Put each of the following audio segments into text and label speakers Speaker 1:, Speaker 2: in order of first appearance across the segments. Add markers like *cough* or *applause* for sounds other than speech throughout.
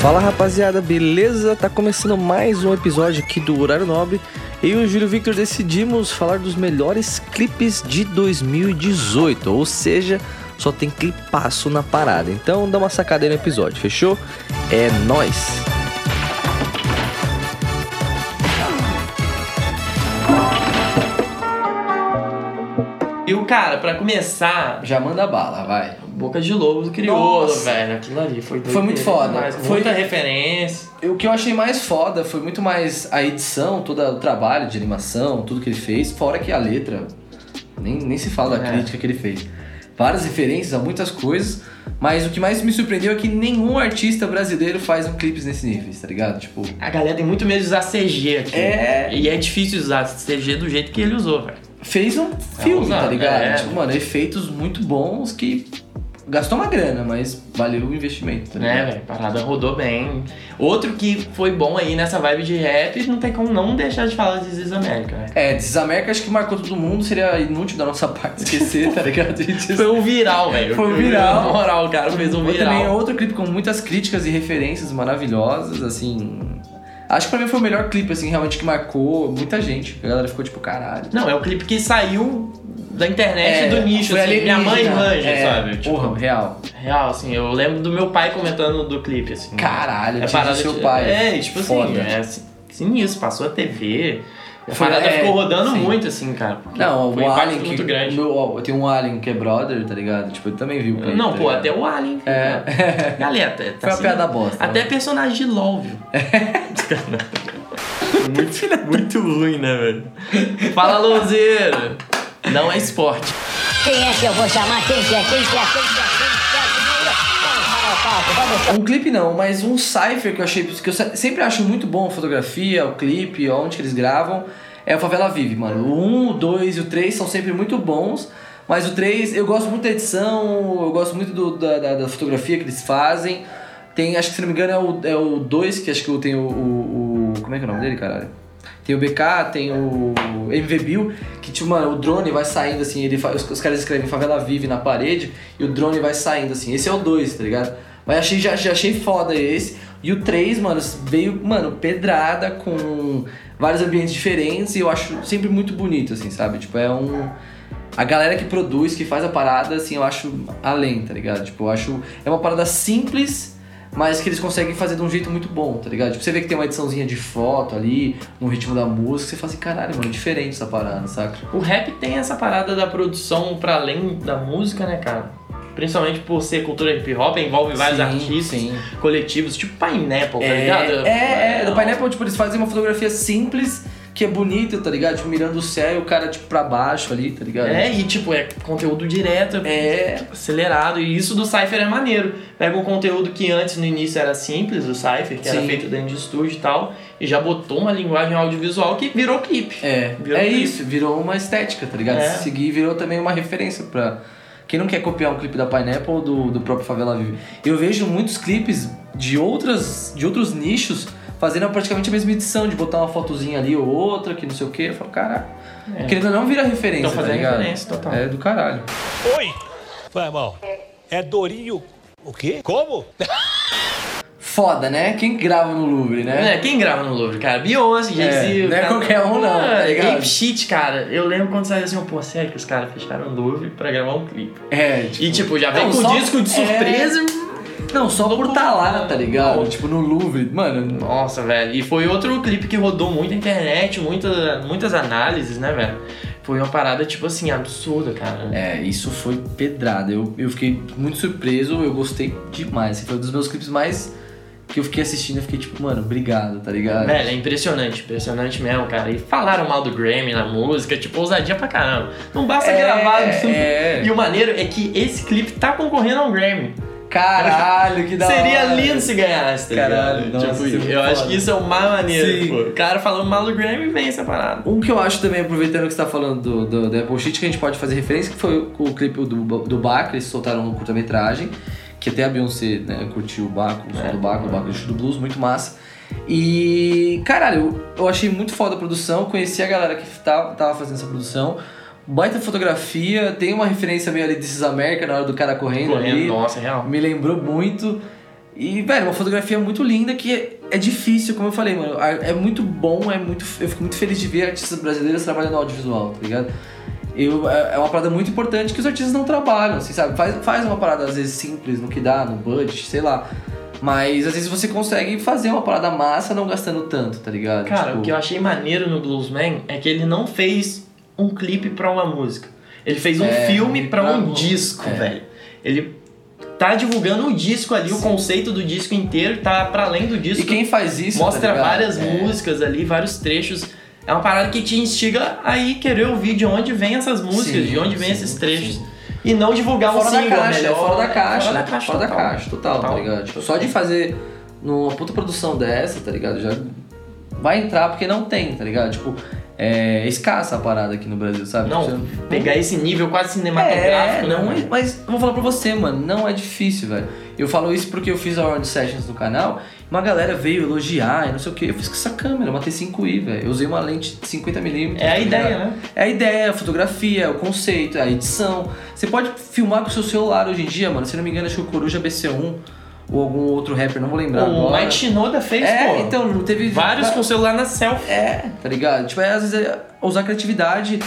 Speaker 1: Fala rapaziada, beleza? Tá começando mais um episódio aqui do Horário Nobre. Eu e o Júlio Victor decidimos falar dos melhores clipes de 2018, ou seja, só tem clipaço na parada. Então dá uma sacada aí no episódio, fechou? É nóis!
Speaker 2: E o cara, pra começar,
Speaker 3: Já manda bala, vai.
Speaker 2: Boca de Lobo do Criolo,
Speaker 3: Nossa.
Speaker 2: velho. Aquilo ali foi doido.
Speaker 3: Foi muito foda. Foi-
Speaker 2: Muita referência.
Speaker 3: O que eu achei mais foda foi muito mais a edição, todo o trabalho de animação, tudo que ele fez, fora que a letra. Nem, nem se fala da
Speaker 2: É.
Speaker 3: crítica que ele fez. Várias referências a muitas coisas, mas o que mais me surpreendeu é que nenhum artista brasileiro faz um clipe nesse nível, tá ligado? Tipo,
Speaker 2: A galera tem muito medo de usar CG aqui.
Speaker 3: É.
Speaker 2: E é difícil usar CG do jeito que ele usou, velho.
Speaker 3: fez um filme,
Speaker 2: ousado,
Speaker 3: tá ligado?
Speaker 2: é.
Speaker 3: Tipo, mano, efeitos muito bons que gastou uma grana, mas valeu o investimento, tá
Speaker 2: Né,
Speaker 3: ligado?
Speaker 2: velho? Parada rodou bem. Outro que foi bom aí nessa vibe de rap, não tem como não deixar de falar de Ziz América, velho.
Speaker 3: É, Desamérica acho que marcou todo mundo, seria inútil da nossa *laughs* parte esquecer, tá
Speaker 2: *laughs*
Speaker 3: ligado? A gente
Speaker 2: Foi um viral, velho.
Speaker 3: Foi um viral.
Speaker 2: Na moral, o cara fez um
Speaker 3: Foi também
Speaker 2: viral.
Speaker 3: outro clipe com muitas críticas e referências maravilhosas, assim. Acho que pra mim foi o melhor clipe, assim, realmente que marcou muita gente. A galera ficou tipo, caralho.
Speaker 2: Não, é o clipe que saiu da internet e É, do nicho,
Speaker 3: É, foi
Speaker 2: assim. Minha mãe
Speaker 3: alienígena.
Speaker 2: manja,
Speaker 3: É,
Speaker 2: sabe? Tipo,
Speaker 3: Porra, real.
Speaker 2: Real, assim, eu lembro do meu pai comentando do clipe, assim.
Speaker 3: Caralho,
Speaker 2: é
Speaker 3: tinha
Speaker 2: parada
Speaker 3: do seu
Speaker 2: de-
Speaker 3: pai.
Speaker 2: É, e tipo assim,
Speaker 3: Foda.
Speaker 2: é assim, sinistro, passou a TV. A
Speaker 3: Foi-
Speaker 2: parada
Speaker 3: é,
Speaker 2: ficou rodando
Speaker 3: sim.
Speaker 2: muito, assim, cara. porque
Speaker 3: Não,
Speaker 2: foi um
Speaker 3: o
Speaker 2: impacto
Speaker 3: Alien que.
Speaker 2: muito grande.
Speaker 3: Meu, ó, tem um Alien que é brother, tá ligado? Tipo, ele também viu o clipe.
Speaker 2: Não,
Speaker 3: tá
Speaker 2: pô,
Speaker 3: ligado?
Speaker 2: até o Alien.
Speaker 3: É.
Speaker 2: cara. *laughs* Galera, tá, tá
Speaker 3: Foi uma
Speaker 2: sinistro.
Speaker 3: piada É. bosta.
Speaker 2: Até
Speaker 3: né?
Speaker 2: personagem de LOL, viu? *laughs* muito, muito ruim, né, velho? Fala, Louzeiro! Não é esporte.
Speaker 4: Quem é que eu vou chamar? Quem que é? Quem que é? Quem que é? Quem que é? Vamos para o palco, vamos
Speaker 3: Um clipe não, mas um cipher que eu achei. que eu se- sempre acho muito bom a fotografia, o clipe, onde que eles gravam. É o Favela Vive, mano. O 1, o 2 e o 3 são sempre muito bons. Mas o 3, eu gosto muito da edição, eu gosto muito do- da, da- da fotografia que eles fazem. Tem, acho que se não me engano, é o, é o 2, que acho que tem o, o- o- Como é que é o nome dele, caralho? Tem o BK, tem o MV Bill, que tipo, mano, o drone vai saindo assim, ele fa- os, os caras escrevem Favela Vive na parede e o drone vai saindo assim. Esse é o 2, tá ligado? Mas achei, já, já achei foda esse. E o 3, mano, veio, mano, pedrada com vários ambientes diferentes e eu acho sempre muito bonito, assim, sabe? Tipo, é um. A galera que produz, que faz a parada, assim, eu acho além, tá ligado? Tipo, eu acho. É uma parada simples, mas que eles conseguem fazer de um jeito muito bom, tá ligado? Tipo, você vê que tem uma ediçãozinha de foto ali, no ritmo da música, você fala assim, caralho, mano, é diferente essa parada, saca?
Speaker 2: O rap tem essa parada da produção pra além da música, né, cara? Principalmente por ser cultura hip hop, envolve vários
Speaker 3: Sim,
Speaker 2: artistas,
Speaker 3: sim.
Speaker 2: coletivos, tipo Pineapple, tá ligado?
Speaker 3: É, é, do Pineapple, tipo, eles fazem uma fotografia simples, que é bonita, tá ligado? Tipo, mirando o céu e o cara, tipo, pra baixo ali, tá ligado?
Speaker 2: É, e tipo, é conteúdo direto,
Speaker 3: É.
Speaker 2: tipo, acelerado. E isso do Cypher é maneiro. Pega um conteúdo que antes, no início, era simples, o Cypher, que era
Speaker 3: Sim.
Speaker 2: feito dentro de estúdio e tal, e já botou uma linguagem audiovisual que virou clipe.
Speaker 3: É,
Speaker 2: Virou um
Speaker 3: é
Speaker 2: clipe.
Speaker 3: isso, virou uma estética, tá ligado?
Speaker 2: É.
Speaker 3: Se seguir virou também uma referência pra. Quem não quer copiar um clipe da Pineapple do, do próprio Favela Vive? Eu vejo muitos clipes de, outras, de outros nichos fazendo praticamente a mesma edição, de botar uma fotozinha ali ou outra, que não sei o que. Eu falo, caralho.
Speaker 2: É.
Speaker 3: Querendo ou não vira referência,
Speaker 2: Então
Speaker 3: tá
Speaker 2: fazendo
Speaker 3: ligado?
Speaker 2: referência total.
Speaker 3: É do caralho.
Speaker 5: Oi! Falei, irmão, é Dorinho. O quê? Como?
Speaker 3: Foda, né? Quem grava no Louvre, né?
Speaker 2: É, quem grava no Louvre, cara? Beyoncé, Jay-Z.
Speaker 3: É, não é
Speaker 2: cara-
Speaker 3: qualquer um, não, tá
Speaker 2: Ah,
Speaker 3: ligado?
Speaker 2: Ape Shit, cara. Eu lembro quando saiu assim, pô, sério que os caras fecharam o Louvre pra gravar um clipe.
Speaker 3: É,
Speaker 2: E tipo, já vem
Speaker 3: Não,
Speaker 2: com
Speaker 3: só-
Speaker 2: disco de
Speaker 3: é.
Speaker 2: surpresa.
Speaker 3: Não, só por tá lá, tá ligado?
Speaker 2: Não.
Speaker 3: Tipo, no Louvre. Mano,
Speaker 2: Nossa, velho. E foi outro clipe que rodou muito na internet, muita, muitas análises, né, velho? Foi uma parada, tipo assim, absurda, cara.
Speaker 3: É, isso foi pedrada. Eu, eu fiquei muito surpreso, eu gostei demais. Esse foi um dos meus clipes mais que eu fiquei assistindo, eu fiquei tipo, mano, obrigado, tá ligado?
Speaker 2: Velho, é impressionante, impressionante mesmo, cara. E falaram mal do Grammy na música, tipo, ousadia pra caramba. Não basta
Speaker 3: É,
Speaker 2: gravar. *laughs*
Speaker 3: é.
Speaker 2: E o maneiro é que esse clipe tá concorrendo ao Grammy.
Speaker 3: Caralho, que da
Speaker 2: Seria
Speaker 3: hora.
Speaker 2: lindo se ganhasse, tá
Speaker 3: Caralho,
Speaker 2: ligado?
Speaker 3: nossa,
Speaker 2: Tipo,
Speaker 3: isso é
Speaker 2: eu
Speaker 3: foda.
Speaker 2: acho que isso é o mais maneiro,
Speaker 3: Sim.
Speaker 2: pô. O cara falando mal do Grammy vem essa parada.
Speaker 3: Um que eu acho também, aproveitando que você tá falando do, do, da Apple Sheet, que a gente pode fazer referência, que foi o clipe do, do Bach, eles soltaram no curta-metragem, que até a Beyoncé né, curtiu o Baco, o som
Speaker 2: É.
Speaker 3: do Baco, o Baco do do Blues, muito massa. E, caralho, eu, eu achei muito foda a produção, conheci a galera que tava, tava fazendo essa produção. Baita fotografia, tem uma referência meio ali desses América na hora do cara correndo,
Speaker 2: Correndo,
Speaker 3: ali.
Speaker 2: nossa, real.
Speaker 3: Me lembrou muito. E, velho, uma fotografia muito linda que é difícil, como eu falei, mano. a- É muito bom, é muito. Eu fico muito feliz de ver artistas brasileiros trabalhando no audiovisual, tá ligado? Eu, é é uma parada muito importante que os artistas não trabalham, assim, sabe? Faz, faz uma parada, às vezes, simples no que dá, no budget, sei lá. Mas às vezes você consegue fazer uma parada massa não gastando tanto, tá ligado?
Speaker 2: Cara,
Speaker 3: Tipo,
Speaker 2: o que eu achei maneiro no Bluesman é que ele não fez um clipe pra uma música. Ele fez um
Speaker 3: É,
Speaker 2: filme pra
Speaker 3: pra
Speaker 2: um
Speaker 3: mu-
Speaker 2: disco,
Speaker 3: é.
Speaker 2: velho. Ele tá divulgando o disco ali, o conceito do disco inteiro tá pra além do disco.
Speaker 3: E quem faz isso. tá
Speaker 2: mostra
Speaker 3: ligado?
Speaker 2: várias
Speaker 3: É.
Speaker 2: músicas ali, vários trechos. É uma parada que te instiga aí querer ouvir de onde vem essas músicas,
Speaker 3: Sim,
Speaker 2: de onde vem
Speaker 3: sim,
Speaker 2: esses trechos.
Speaker 3: sim.
Speaker 2: E não divulgar
Speaker 3: fora
Speaker 2: um single,
Speaker 3: da caixa,
Speaker 2: melhor,
Speaker 3: fora da caixa,
Speaker 2: fora
Speaker 3: né?
Speaker 2: da caixa,
Speaker 3: fora da
Speaker 2: total.
Speaker 3: caixa, total, tá ligado? Tipo, só de fazer numa puta produção dessa, tá ligado? Já vai entrar porque não tem, tá ligado? Tipo, é escassa a parada aqui no Brasil, sabe? Tipo,
Speaker 2: Não,
Speaker 3: Você
Speaker 2: Pegar esse nível quase
Speaker 3: é,
Speaker 2: cinematográfico, né?
Speaker 3: não,
Speaker 2: mano?
Speaker 3: é- mas eu vou falar pra você, mano, não é difícil, velho. Eu falo isso porque eu fiz a round sessions no canal, uma galera veio elogiar e não sei o que. Eu fiz com essa câmera, uma T5i, velho. Eu usei uma lente de 50mm.
Speaker 2: É a ideia, né?
Speaker 3: É a ideia, a fotografia, o conceito, a edição. Você pode filmar com o seu celular hoje em dia, mano. Se não me engano, acho que o Coruja BC1 ou algum outro rapper, não vou lembrar.
Speaker 2: O
Speaker 3: agora.
Speaker 2: Mike Shinoda fez,
Speaker 3: É,
Speaker 2: pô.
Speaker 3: então, não teve.
Speaker 2: vários
Speaker 3: tá-
Speaker 2: com o celular na selfie.
Speaker 3: É, tá ligado? Tipo, é, às vezes é usar criatividade.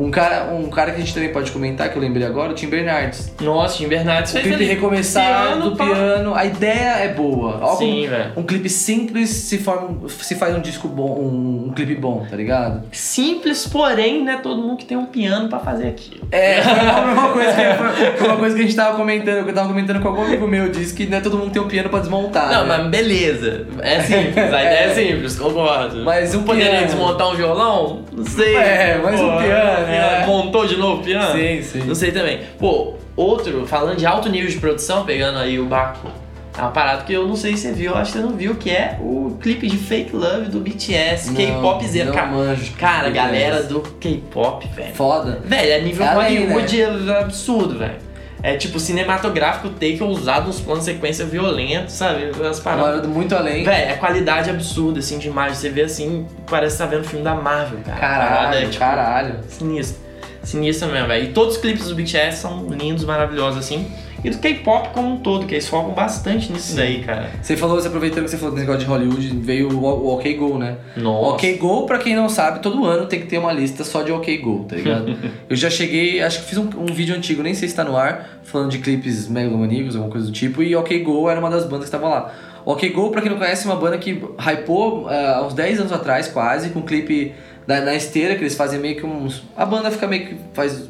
Speaker 3: Um cara, um cara que a gente também pode comentar, que eu lembrei agora, o Tim Bernardes.
Speaker 2: Nossa, Tim Bernardes
Speaker 3: O
Speaker 2: fez
Speaker 3: clipe
Speaker 2: ali.
Speaker 3: É. recomeçar
Speaker 2: Piano,
Speaker 3: do
Speaker 2: pá.
Speaker 3: piano, a ideia é boa. Ó,
Speaker 2: Sim,
Speaker 3: um,
Speaker 2: velho.
Speaker 3: um clipe simples se forma, um- se faz um disco bom, um, um clipe bom, tá ligado?
Speaker 2: Simples, porém, né? Todo mundo que tem um piano pra fazer aquilo.
Speaker 3: É, foi uma, uma coisa que, foi uma coisa que a gente tava comentando, que eu tava comentando com algum amigo meu, disse que não é todo mundo que tem um piano pra desmontar.
Speaker 2: Não,
Speaker 3: né?
Speaker 2: mas beleza. É simples, a ideia é simples, concordo.
Speaker 3: Mas um
Speaker 2: poderia
Speaker 3: piano.
Speaker 2: desmontar um violão? Não sei.
Speaker 3: É, mas um piano,
Speaker 2: é,
Speaker 3: é.
Speaker 2: Montou de novo o piano?
Speaker 3: Sim, sim.
Speaker 2: Não sei também. Pô, outro, falando de alto nível de produção, pegando aí o Baco. É uma parada que eu não sei se você viu, eu acho que você não viu, que é o clipe de Fake Love do BTS,
Speaker 3: Não,
Speaker 2: K-pop zero.
Speaker 3: não
Speaker 2: Cara,
Speaker 3: manjo. é.
Speaker 2: cara, galera do K-pop, velho.
Speaker 3: Foda.
Speaker 2: Velho, é nível
Speaker 3: É além,
Speaker 2: Hollywood
Speaker 3: né?
Speaker 2: absurdo, velho. É tipo cinematográfico, take usado uns planos de sequência violentos, sabe? As paradas.
Speaker 3: Agora muito além.
Speaker 2: Véi, é qualidade absurda, assim, de imagem. Você vê assim, parece que tá vendo filme da Marvel, cara. A parada
Speaker 3: Caralho,
Speaker 2: é, tipo,
Speaker 3: caralho.
Speaker 2: Sinistro. Sinistro mesmo, velho. E todos os clipes do BTS são lindos, maravilhosos, assim. E do K-pop como um todo, que eles focam bastante nisso daí, cara.
Speaker 3: Você falou, você aproveitando que você falou do negócio de Hollywood, veio o, o OK Go, né?
Speaker 2: Nossa.
Speaker 3: OK Go, pra quem não sabe, todo ano tem que ter uma lista só de OK Go, tá ligado? eu já cheguei, acho que fiz um, um vídeo antigo, nem sei se tá no ar, falando de clipes megalomaníacos, alguma coisa do tipo, e OK Go era uma das bandas que tava lá. OK Go, pra quem não conhece, é uma banda que hypou ah, há uns 10 anos atrás, quase, com um clipe da, na esteira, que eles fazem meio que uns... A banda fica meio que faz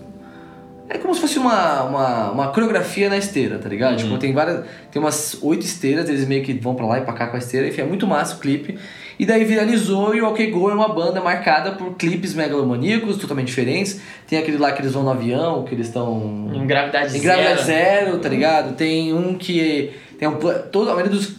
Speaker 3: é como se fosse uma, uma, uma coreografia na esteira, tá ligado? Tipo, tem várias. Tem umas oito esteiras, eles meio que vão pra lá e pra cá com a esteira, enfim, é muito massa o clipe. E daí viralizou e o OK Go é uma banda marcada por clipes megalomaníacos, totalmente diferentes. Tem aquele lá que eles vão no avião, que eles estão.
Speaker 2: Em gravidade
Speaker 3: Em gravidade
Speaker 2: zero.
Speaker 3: zero, tá ligado? Tem um que. Tem um pla- todo, a, maioria dos,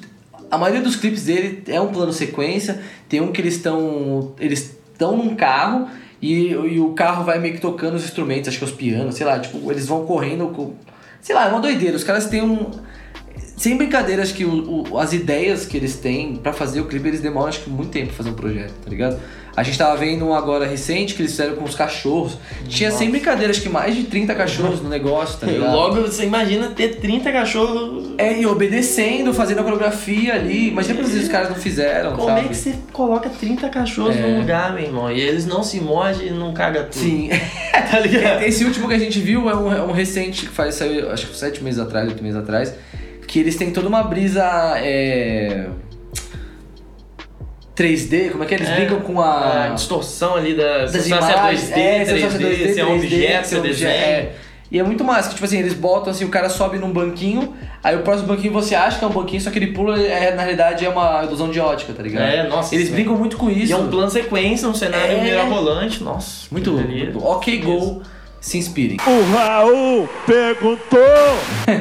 Speaker 3: a maioria dos clipes dele é um plano sequência. Tem um que eles estão. Eles estão num carro e, e o carro vai meio que tocando os instrumentos, acho que é os pianos, sei lá, tipo, eles vão correndo com. Sei lá, é uma doideira. Os caras têm um. Sem brincadeira, acho que o- o- as ideias que eles têm pra fazer o clipe, eles demoram acho que muito tempo pra fazer um projeto, tá ligado? A gente tava vendo um agora recente que eles fizeram com os cachorros. Tinha sem brincadeira, acho que mais de 30 cachorros no negócio, tá ligado?
Speaker 2: Logo, você imagina ter 30 cachorros.
Speaker 3: É, e obedecendo, fazendo a coreografia ali. Imagina que às vezes os caras não fizeram,
Speaker 2: Como
Speaker 3: sabe?
Speaker 2: é que você coloca 30 cachorros
Speaker 3: É.
Speaker 2: num lugar, meu irmão? E eles não se mordem e não caga tudo. *laughs*
Speaker 3: Sim.
Speaker 2: Tá ligado?
Speaker 3: Esse último que a gente viu é um, é um recente que faz, saiu, acho que sete meses atrás, oito meses atrás. Que eles têm toda uma brisa. É... 3D, como é que é? Eles
Speaker 2: É,
Speaker 3: brincam com a.
Speaker 2: a distorção ali da.
Speaker 3: das
Speaker 2: se é
Speaker 3: imagens,
Speaker 2: 2D,
Speaker 3: é, se
Speaker 2: 3D,
Speaker 3: você é 2D,
Speaker 2: se é um
Speaker 3: 3D,
Speaker 2: objeto,
Speaker 3: se é
Speaker 2: se é
Speaker 3: um objeto,
Speaker 2: desenho.
Speaker 3: é. E é muito massa, que tipo assim, eles botam assim, o cara sobe num banquinho, aí o próximo banquinho você acha que é um banquinho, só que ele pula, é, na realidade é uma ilusão de ótica, tá ligado?
Speaker 2: É, nossa,
Speaker 3: Eles
Speaker 2: sim.
Speaker 3: brincam muito com isso.
Speaker 2: E é um plano sequência, um cenário
Speaker 3: É.
Speaker 2: mirabolante. Nossa.
Speaker 3: Muito
Speaker 2: que
Speaker 3: louco.
Speaker 2: delícia.
Speaker 3: muito louco. Ok, gol. Se inspirem.
Speaker 5: O Raul perguntou.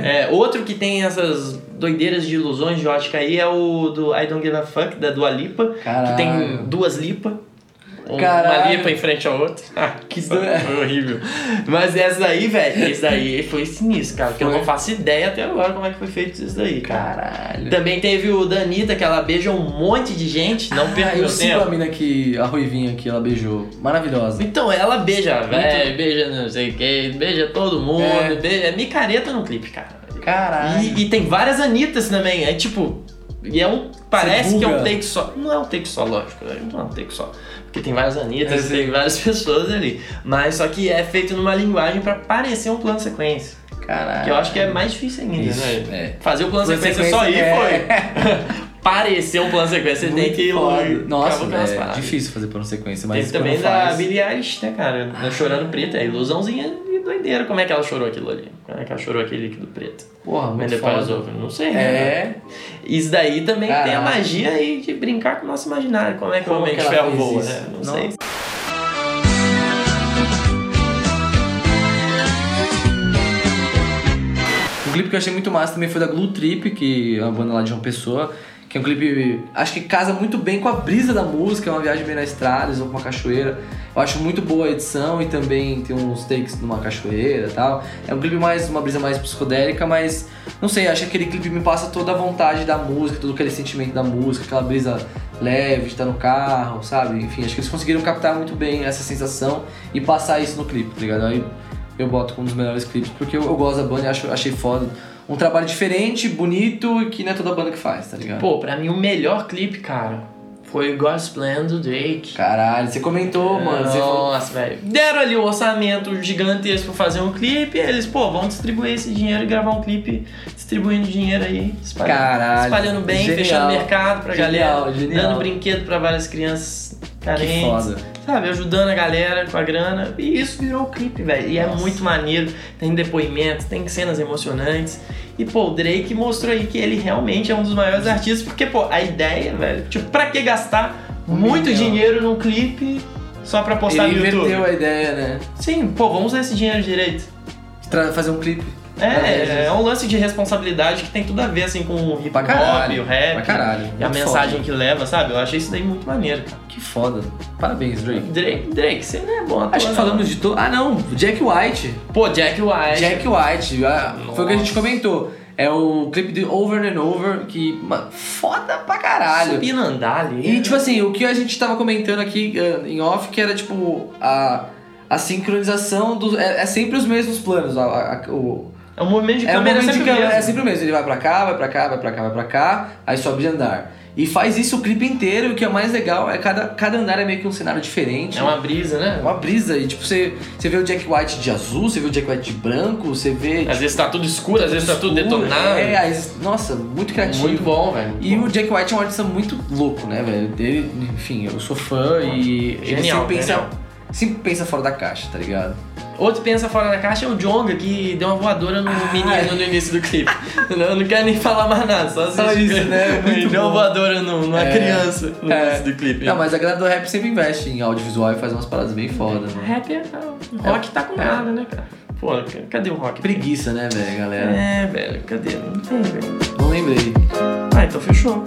Speaker 2: É, outro que tem essas doideiras de ilusões de ótica aí é o do I Don't Give a Fuck, da Dua Lipa.
Speaker 3: Caralho.
Speaker 2: Que tem duas lipas. Um-
Speaker 3: Caralho. é
Speaker 2: Uma lipa em frente à outra. Ah, que
Speaker 3: do-
Speaker 2: Foi horrível. Mas essa daí, velho, esse daí foi sinistro, cara. Porque eu não faço ideia até agora como é que foi feito isso daí, cara.
Speaker 3: Caralho.
Speaker 2: Também teve o Danita, que ela beija um monte de gente, não
Speaker 3: Ah,
Speaker 2: perdeu
Speaker 3: eu sigo a
Speaker 2: tempo.
Speaker 3: mina que, a Ruivinha que ela beijou. Maravilhosa.
Speaker 2: Então ela beija, velho, beija não sei o que, beija todo mundo,
Speaker 3: É.
Speaker 2: beija. É micareta no clipe, cara.
Speaker 3: Caralho.
Speaker 2: E, e tem várias Anitas também, é tipo. E é um. Parece que é um
Speaker 3: buga.
Speaker 2: take só. Não é um take só, lógico, né? não é um take só. Porque tem várias
Speaker 3: É,
Speaker 2: Anitas,
Speaker 3: sim.
Speaker 2: tem várias *laughs* pessoas ali. Mas só que é feito numa linguagem pra parecer um plano sequência.
Speaker 3: Caralho.
Speaker 2: Que eu acho que é mais difícil ainda,
Speaker 3: Isso,
Speaker 2: né?
Speaker 3: é.
Speaker 2: Fazer o plano
Speaker 3: Plano
Speaker 2: sequência só aí
Speaker 3: sequência, é.
Speaker 2: foi. *laughs* parecer um plano sequência, você tem que ir
Speaker 3: foda.
Speaker 2: longe.
Speaker 3: Nossa,
Speaker 2: Acabou com as
Speaker 3: é
Speaker 2: paradas.
Speaker 3: difícil fazer por sequência, mas
Speaker 2: Teve
Speaker 3: quando
Speaker 2: também da
Speaker 3: faz...
Speaker 2: Billie Eilish, né, cara? Da Chorando Preto, é ilusãozinha e doideira. Como é que ela chorou aquilo ali? Como é que ela chorou aquele líquido preto?
Speaker 3: Porra,
Speaker 2: Mas
Speaker 3: Tá muito
Speaker 2: depois
Speaker 3: foda.
Speaker 2: resolve. Não sei, né?
Speaker 3: É,
Speaker 2: Isso daí também tem a
Speaker 3: Caraca.
Speaker 2: magia aí de brincar com o nosso imaginário. Como é que o
Speaker 3: Como
Speaker 2: Homem
Speaker 3: que
Speaker 2: de
Speaker 3: ela
Speaker 2: Ferro
Speaker 3: fez
Speaker 2: voa,
Speaker 3: isso?
Speaker 2: né? Não
Speaker 3: Nossa.
Speaker 2: sei.
Speaker 3: Um clipe que eu achei muito massa também foi da Glue Trip, que é uma banda lá de João Pessoa, que é um clipe, acho que casa muito bem com a brisa da música, é uma viagem bem na estrada, eles vão pra uma cachoeira. Eu acho muito boa a edição e também tem uns takes numa cachoeira e tal. É um clipe mais, uma brisa mais psicodélica, mas não sei, acho que aquele clipe me passa toda a vontade da música, todo aquele sentimento da música, aquela brisa leve de estar no carro, sabe? Enfim, acho que eles conseguiram captar muito bem essa sensação e passar isso no clipe, tá ligado? Aí eu boto como um dos melhores clipes, porque eu, eu gosto da banda e acho, achei foda. Um trabalho diferente, bonito e que não é toda banda que faz, tá ligado?
Speaker 2: Pô, pra mim o melhor clipe, cara, foi o God's Plan do Drake.
Speaker 3: Caralho, você
Speaker 2: É,
Speaker 3: comentou, mano. Você falou,
Speaker 2: Nossa, velho. Deram ali um orçamento gigantesco pra fazer um clipe. e eles, pô, vão distribuir esse dinheiro e gravar um clipe distribuindo dinheiro aí. Espalhando,
Speaker 3: Caralho,
Speaker 2: espalhando bem,
Speaker 3: genial.
Speaker 2: fechando mercado pra
Speaker 3: Genial,
Speaker 2: galera.
Speaker 3: genial.
Speaker 2: Dando brinquedo pra várias crianças carentes.
Speaker 3: que foda.
Speaker 2: Sabe, ajudando a galera com a grana. E isso virou o clipe, velho. E é
Speaker 3: Nossa.
Speaker 2: muito maneiro. Tem depoimentos, tem cenas emocionantes. E, pô, o Drake mostrou aí que ele realmente é um dos maiores artistas. Porque, pô, a ideia, velho. Tipo, pra que gastar
Speaker 3: Um
Speaker 2: muito
Speaker 3: milhão.
Speaker 2: dinheiro num clipe só pra postar
Speaker 3: Ele
Speaker 2: no
Speaker 3: inverteu
Speaker 2: YouTube?
Speaker 3: a ideia, né?
Speaker 2: Sim, pô, vamos usar esse dinheiro direito.
Speaker 3: De tra- fazer um clipe.
Speaker 2: É, é um lance de responsabilidade que tem tudo a ver, assim, com o hip
Speaker 3: Pra
Speaker 2: hop,
Speaker 3: caralho.
Speaker 2: o rap.
Speaker 3: pra caralho.
Speaker 2: É, E a
Speaker 3: Muito
Speaker 2: mensagem
Speaker 3: foda.
Speaker 2: que leva, sabe? Eu achei isso daí muito maneiro, cara.
Speaker 3: Que foda. Parabéns, Drake.
Speaker 2: Drake, Drake, você não é bom ator,
Speaker 3: Acho que
Speaker 2: não.
Speaker 3: falamos de todo. Ah, não, Jack White.
Speaker 2: Pô, Jack White.
Speaker 3: Jack White, ah, foi o que a gente
Speaker 2: É, Nossa.
Speaker 3: comentou. É o clipe de Over and Over, que, mano, foda pra caralho.
Speaker 2: Subindo andar ali.
Speaker 3: E tipo assim, o que a gente tava comentando aqui eh, em off, que era tipo a, a sincronização dos. É, é sempre os mesmos planos. a- a- a- o,
Speaker 2: é um movimento de
Speaker 3: é, o
Speaker 2: câmera
Speaker 3: momento de
Speaker 2: sempre
Speaker 3: câmera,
Speaker 2: mesmo.
Speaker 3: é sempre o mesmo. Ele vai pra cá, vai pra cá, vai pra cá, vai pra cá, aí sobe de andar. E faz isso o clipe inteiro, e o que é mais legal é cada, cada andar é meio que um cenário diferente.
Speaker 2: É uma brisa,
Speaker 3: É
Speaker 2: né?
Speaker 3: uma brisa, e tipo, você, você vê o Jack White de azul, você vê o Jack White de branco, você vê. tipo,
Speaker 2: Às vezes tá tudo escuro, é, às vezes tá tudo
Speaker 3: escuro,
Speaker 2: detonado.
Speaker 3: É, aí, nossa, muito criativo.
Speaker 2: muito bom, velho.
Speaker 3: E o Jack White é um artista muito louco, né, velho? Ele, enfim, eu sou fã e ele
Speaker 2: Genial,
Speaker 3: sempre pensa,
Speaker 2: genial.
Speaker 3: sempre pensa fora da caixa, tá ligado?
Speaker 2: Outro pensa fora da caixa é o Jonga, que deu uma voadora no menino no início do clipe. não, não quero nem falar mais nada, só,
Speaker 3: Só
Speaker 2: assiste.
Speaker 3: isso, né? Muito
Speaker 2: *laughs* Ele deu uma
Speaker 3: bom.
Speaker 2: voadora no- numa
Speaker 3: É.
Speaker 2: criança no
Speaker 3: É.
Speaker 2: início do clipe.
Speaker 3: Não, mas a galera do rap sempre investe em audiovisual e faz umas paradas bem foda, né? mano.
Speaker 2: Rap é. o Rock tá com nada, né, cara? Pô, cadê o rock?
Speaker 3: Preguiça, né, velho, galera?
Speaker 2: É, velho, cadê? Não tem, velho.
Speaker 3: Não lembrei.
Speaker 2: Ah, então fechou.